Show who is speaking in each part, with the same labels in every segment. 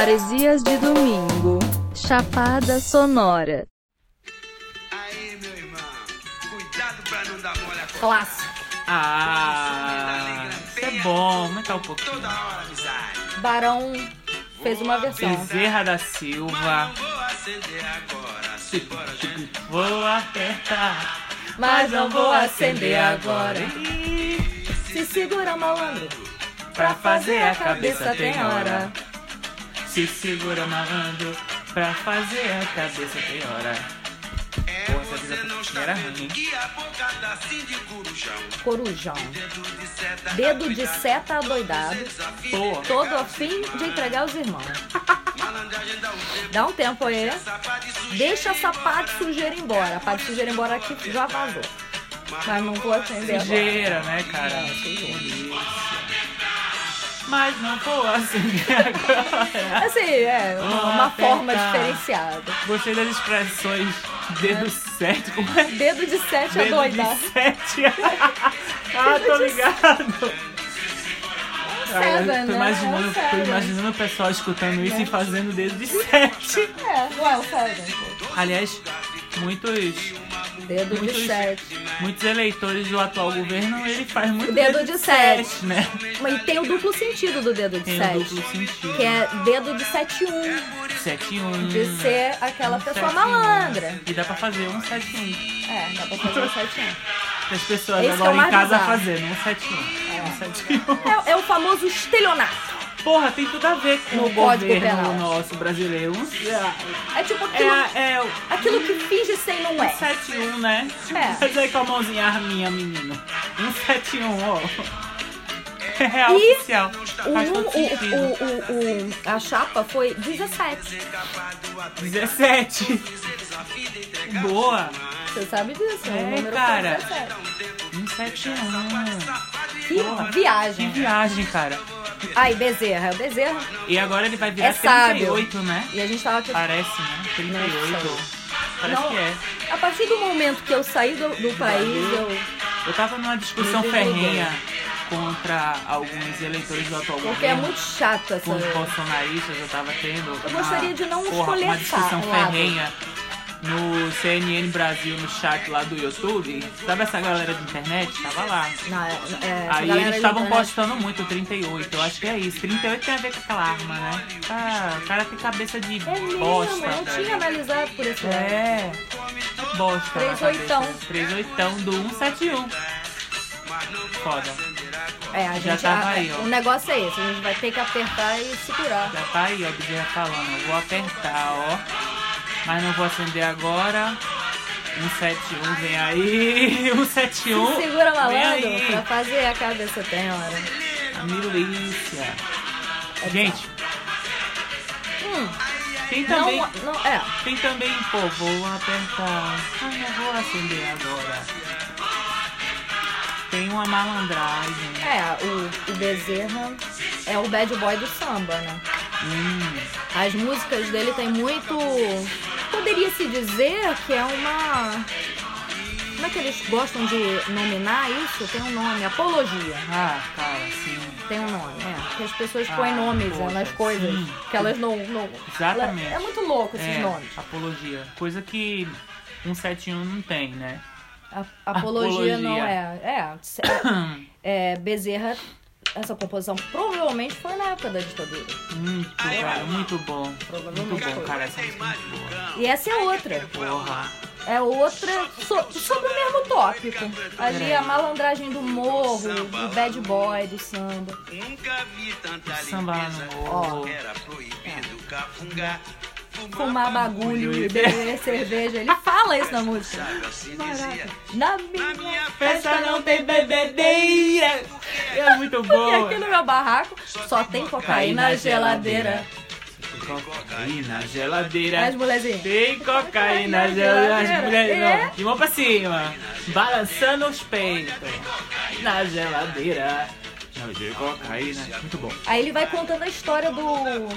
Speaker 1: Heresias de domingo. Chapada Sonora.
Speaker 2: Aí, meu irmão, cuidado pra não dar mole a
Speaker 3: Clássico.
Speaker 4: Ah, isso é bom, aumentar um pouquinho.
Speaker 2: toda hora, amizade.
Speaker 3: Barão fez uma versão.
Speaker 4: Bezerra da
Speaker 2: Mas
Speaker 4: Silva,
Speaker 2: não vou acender agora. Se bora, gente.
Speaker 4: vou apertar,
Speaker 3: Mas não vou acender agora. Se segura, malandro.
Speaker 4: pra fazer a cabeça tem hora. Se segura malandro, pra fazer a cabeça tem hora.
Speaker 2: É,
Speaker 4: Pô, essa
Speaker 2: você
Speaker 4: vida tá
Speaker 2: não está
Speaker 4: era
Speaker 2: vendo
Speaker 4: ruim.
Speaker 2: que a boca tá assim de corujão.
Speaker 3: Corujão.
Speaker 2: Dedo de seta.
Speaker 3: Dedo de seta adoidado.
Speaker 2: desafio.
Speaker 4: Pô,
Speaker 3: Todo a fim de entregar os irmãos.
Speaker 2: Malandragem dá um tempo.
Speaker 3: Dá um tempo aí.
Speaker 2: Safado e sujeira
Speaker 3: Deixa essa
Speaker 2: embora.
Speaker 3: pá de sujeira embora. A pá de sujeira embora aqui já vazou. Mas não vou acender agora.
Speaker 4: sujeira, né, cara?
Speaker 3: É, sujeira.
Speaker 4: Mas não vou acender agora.
Speaker 3: Assim, é uma,
Speaker 4: Ah,
Speaker 3: uma forma
Speaker 4: tá.
Speaker 3: diferenciada.
Speaker 4: Gostei das expressões dedo 7, como é?
Speaker 3: Dedo de sete
Speaker 4: Dedo
Speaker 3: adoidado.
Speaker 4: de 7. ah, tô ligado.
Speaker 3: Seven,
Speaker 4: Cara, Ah, eu tô
Speaker 3: né?
Speaker 4: imaginando,
Speaker 3: Tá É o
Speaker 4: tô
Speaker 3: Seven.
Speaker 4: imaginando o pessoal escutando isso e fazendo dedo de 7.
Speaker 3: É, não é o Seven.
Speaker 4: Aliás, muitos,
Speaker 3: Dedo de
Speaker 4: Muitos-
Speaker 3: sete.
Speaker 4: muitos eleitores do atual governo, ele faz muito
Speaker 3: Dedo de sete.
Speaker 4: né?
Speaker 3: Mas tem o duplo sentido do dedo de
Speaker 4: Tem o
Speaker 3: sete.
Speaker 4: duplo sentido.
Speaker 3: Que é dedo de 7-1,
Speaker 4: 7-1.
Speaker 3: de ser aquela pessoa
Speaker 4: 7-1.
Speaker 3: malandra.
Speaker 4: E dá pra fazer um 7-1.
Speaker 3: É, dá pra fazer um 7-1.
Speaker 4: Que as pessoas
Speaker 3: Esse que é o
Speaker 4: agora em
Speaker 3: mais
Speaker 4: casa
Speaker 3: bizarro.
Speaker 4: fazendo um 7-1. Um 7-1.
Speaker 3: É, é o famoso estelionato.
Speaker 4: Porra, tem tudo a ver com
Speaker 3: No
Speaker 4: o
Speaker 3: Código
Speaker 4: governo
Speaker 3: Penal.
Speaker 4: nosso brasileiro.
Speaker 3: É tipo aquilo,
Speaker 4: É, é o
Speaker 3: aquilo que finge ser e não é.
Speaker 4: 7-1, né?
Speaker 3: É.
Speaker 4: Faz aí com a mãozinha arminha, menino. Um 7-1, ó. É real
Speaker 3: E um,
Speaker 4: oficial.
Speaker 3: O,
Speaker 4: Faz todo sentido.
Speaker 3: um- o- o- o- a chapa foi 17.
Speaker 4: 17. Boa.
Speaker 3: Você sabe disso, né?
Speaker 4: É,
Speaker 3: o número
Speaker 4: cara.
Speaker 3: foi 17.
Speaker 4: Um 7-1.
Speaker 3: Que
Speaker 4: Porra. Que
Speaker 3: viagem.
Speaker 4: viagem, cara.
Speaker 3: Ai, Bezerra, é o Bezerra.
Speaker 4: E agora ele vai virar
Speaker 3: É sábio.
Speaker 4: 38, né?
Speaker 3: E a gente tava aqui...
Speaker 4: Parece, né? 38. Parece
Speaker 3: Não.
Speaker 4: que é.
Speaker 3: A partir do momento que eu saí do, do país, eu...
Speaker 4: Eu tava numa discussão
Speaker 3: Meu Deus do
Speaker 4: ferrenha contra alguns eleitores do atual
Speaker 3: Porque é
Speaker 4: governo.
Speaker 3: muito chato essa...
Speaker 4: com os bolsonaristas eu tava tendo.
Speaker 3: Eu
Speaker 4: uma-
Speaker 3: gostaria de não
Speaker 4: porra,
Speaker 3: escolher
Speaker 4: uma discussão
Speaker 3: sa- lado.
Speaker 4: ferrenha no CNN Brasil, no chat lá do YouTube. Sabe essa galera de internet? Tava lá.
Speaker 3: Não, é- é, essa
Speaker 4: Aí
Speaker 3: galera
Speaker 4: eles
Speaker 3: de
Speaker 4: estavam
Speaker 3: internet-
Speaker 4: postando muito, 38, eu acho que é isso. 38 tem a ver com aquela arma, né? Ah, o cara tem cabeça de
Speaker 3: É mesmo,
Speaker 4: bosta.
Speaker 3: não
Speaker 4: velho.
Speaker 3: tinha analisado por esse lado.
Speaker 4: né? É. Bosta.
Speaker 3: Três oitão.
Speaker 4: 38 do 171. Foda.
Speaker 3: É, a
Speaker 4: Já
Speaker 3: gente,
Speaker 4: tava
Speaker 3: a-
Speaker 4: aí, ó.
Speaker 3: O negócio é esse, a gente vai ter que apertar e segurar.
Speaker 4: Já tá aí, ó, Bezerra falando. Eu vou apertar, ó. Mas não vou acender agora. 171 vem aí. 171.
Speaker 3: Se segura
Speaker 4: Então, Vem
Speaker 3: malandro pra
Speaker 4: aí.
Speaker 3: fazer a cabeça né? tem hora.
Speaker 4: A milícia.
Speaker 3: É
Speaker 4: Gente,
Speaker 3: Hum,
Speaker 4: tem
Speaker 3: não,
Speaker 4: também.
Speaker 3: não, é.
Speaker 4: Tem também, pô, vou apertar. Ah, não vou acender agora. Tem uma malandragem.
Speaker 3: É, o, o Bezerra é o bad boy do samba, né?
Speaker 4: Hum.
Speaker 3: As músicas dele tem muito. Poderia se dizer que é uma. Como é que eles gostam de nominar isso? Tem um nome, apologia.
Speaker 4: Ah, cara, sim.
Speaker 3: Tem um nome, é. Que as pessoas
Speaker 4: Ah,
Speaker 3: põem nomes né,
Speaker 4: poxa,
Speaker 3: nas coisas.
Speaker 4: sim.
Speaker 3: Que elas não. não
Speaker 4: Exatamente.
Speaker 3: É muito louco esses
Speaker 4: É,
Speaker 3: nomes.
Speaker 4: apologia. Coisa que 171 não tem, né?
Speaker 3: A- apologia,
Speaker 4: Apologia.
Speaker 3: não é. É, se-
Speaker 4: Hum.
Speaker 3: é, é, Bezerra, essa composição provavelmente foi na época da ditadura.
Speaker 4: Muito, cara, muito bom.
Speaker 3: Provavelmente
Speaker 4: Muito bom,
Speaker 3: foi.
Speaker 4: cara. Essa música é muito boa.
Speaker 3: E essa é outra.
Speaker 4: Porra.
Speaker 3: É outra so- sobre o mesmo tópico. Ali a malandragem do morro, do bad boy, do samba.
Speaker 2: Nunca vi tanta
Speaker 4: Samba É. lá
Speaker 2: limpeza.
Speaker 4: no morro.
Speaker 2: Era proibido cafungar.
Speaker 3: Fumar bagulho e beber cerveja. Ele fala isso na música.
Speaker 2: Sabe assim dizia.
Speaker 3: Na
Speaker 2: Na
Speaker 3: minha
Speaker 2: minha festa.
Speaker 4: Festa não tem bebedeira. É muito
Speaker 3: E
Speaker 4: boa.
Speaker 3: aqui no meu barraco só tem cocaína na geladeira.
Speaker 4: Tem cocaína na geladeira.
Speaker 3: As mulherzinhas.
Speaker 4: Tem cocaína na
Speaker 3: na
Speaker 4: geladeira.
Speaker 3: geladeira.
Speaker 4: As mulheres
Speaker 3: É.
Speaker 4: não. De mão pra cima. Balançando os peitos. Na geladeira. Não, de cocaína. né? Muito bom.
Speaker 3: Aí ele vai contando a história do.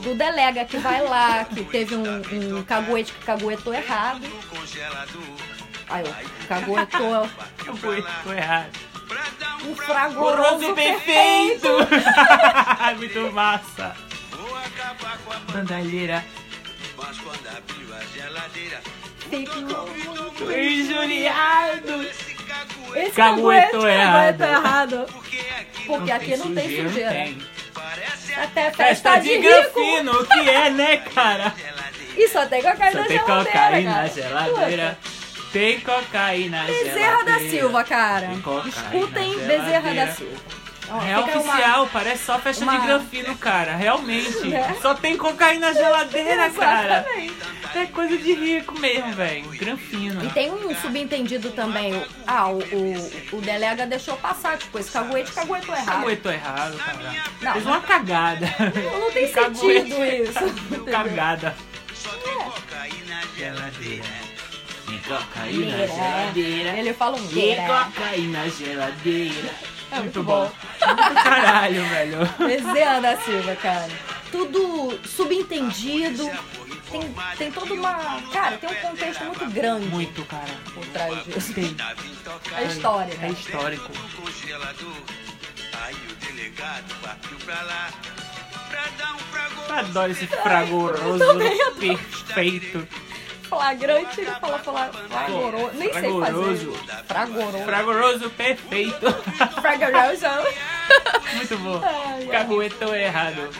Speaker 3: Do delega que vai lá, que teve um, um caguete que caguetou errado. Aí, ó, caguetou
Speaker 4: Eu fui, foi errado.
Speaker 3: um
Speaker 4: O
Speaker 3: fragoroso
Speaker 4: Rose
Speaker 3: perfeito.
Speaker 4: perfeito! Muito massa! bandalheira.
Speaker 2: Mas quando abriu a geladeira,
Speaker 3: Ficou muito
Speaker 4: Injuriado.
Speaker 2: esse cagoete,
Speaker 3: Esse
Speaker 4: Cagueto
Speaker 3: cagueto
Speaker 4: errado.
Speaker 3: cagueto errado.
Speaker 2: porque aqui
Speaker 3: Porque aqui não tem sujeira.
Speaker 4: tem.
Speaker 2: parece a
Speaker 3: Até festa,
Speaker 4: Festa
Speaker 3: de,
Speaker 4: de
Speaker 3: rico.
Speaker 4: granfino, que é, né, cara?
Speaker 2: geladeira.
Speaker 3: E só tem cocaína
Speaker 4: Só
Speaker 3: na
Speaker 4: tem
Speaker 3: geladeira,
Speaker 4: cocaína
Speaker 3: cara.
Speaker 4: na geladeira. Tem cocaína na geladeira.
Speaker 3: Bezerra da Silva, cara.
Speaker 4: Tem cocaína
Speaker 3: Escutem
Speaker 4: na
Speaker 3: Bezerra
Speaker 4: geladeira.
Speaker 3: da Silva. Ó,
Speaker 4: É
Speaker 3: fica uma-
Speaker 4: oficial, parece só festa
Speaker 3: uma-
Speaker 4: de granfino, cara. Realmente.
Speaker 3: Né?
Speaker 4: Só tem cocaína na geladeira, né, cara.
Speaker 3: Exatamente.
Speaker 4: É coisa de rico mesmo, velho. Granfino.
Speaker 3: E tem um subentendido também. o- Ah, o, o, o delega deixou passar, tipo, esse caguete caguetou errado.
Speaker 4: Caguetou errado, cara.
Speaker 3: Não.
Speaker 4: Fez uma cagada.
Speaker 3: Não, não tem
Speaker 4: Caguete.
Speaker 3: sentido isso. entendeu?
Speaker 4: Cagada.
Speaker 2: Só tem cocaína na geladeira.
Speaker 4: Tem cocaína na
Speaker 3: Mira.
Speaker 4: geladeira.
Speaker 3: Ele fala um
Speaker 4: Tem
Speaker 3: mira.
Speaker 4: cocaína na geladeira.
Speaker 3: É muito
Speaker 4: Muito caralho, velho.
Speaker 3: Bezerra da Silva, cara. Tudo subentendido. Tem, tem toda uma. Cara, tem um contexto muito grande
Speaker 4: Muito, cara.
Speaker 3: por trás disso.
Speaker 4: Tem.
Speaker 2: Tá vindo tocar
Speaker 3: A história, né?
Speaker 4: É
Speaker 3: cara.
Speaker 4: histórico.
Speaker 2: do um congelador. Aí o delegado partiu pra lá pra dar um fragor.
Speaker 4: Eu adoro esse fragoroso perfeito.
Speaker 3: Flagrante, ele fala, fala fragoroso. Nem sei
Speaker 4: Fragoroso.
Speaker 3: fazer. Fragoroso.
Speaker 4: Fragoroso perfeito.
Speaker 3: Fragoroso.
Speaker 4: Muito bom.
Speaker 3: Ai, ai.
Speaker 4: Caguetou errado.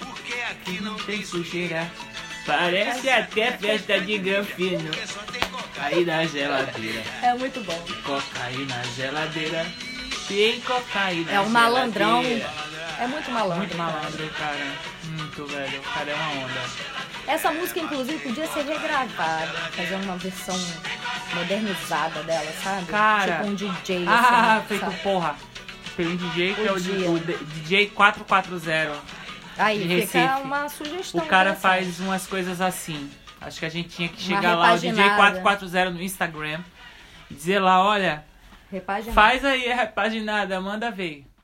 Speaker 2: Porque aqui não
Speaker 4: Tem
Speaker 2: tem
Speaker 4: sujeira. Parece até festa de granfino.
Speaker 2: porque só tem cocaína.
Speaker 4: Aí na geladeira.
Speaker 3: É muito bom.
Speaker 4: Cocaína na geladeira. Tem cocaína
Speaker 3: É um
Speaker 4: na
Speaker 3: malandrão.
Speaker 4: geladeira.
Speaker 3: É muito malandro.
Speaker 4: Muito
Speaker 3: cara.
Speaker 4: malandro, cara. Muito, velho. O cara é uma onda.
Speaker 3: Essa música, inclusive, podia ser regravada, fazer uma versão modernizada dela, sabe?
Speaker 4: Cara.
Speaker 3: Tipo um DJ.
Speaker 4: Ah,
Speaker 3: assim,
Speaker 4: feito
Speaker 3: sabe?
Speaker 4: porra. Tem um DJ que
Speaker 3: O
Speaker 4: é o,
Speaker 3: dia.
Speaker 4: o D- DJ 440.
Speaker 3: Aí
Speaker 4: de
Speaker 3: fica
Speaker 4: Recife.
Speaker 3: uma sugestão.
Speaker 4: O cara
Speaker 3: interessante.
Speaker 4: faz umas coisas assim. Acho que a gente tinha que
Speaker 3: Uma
Speaker 4: chegar lá, o DJ
Speaker 3: repaginada.
Speaker 4: 440 no Instagram, e dizer lá, olha,
Speaker 3: Repaginado.
Speaker 4: faz aí a repaginada, manda ver.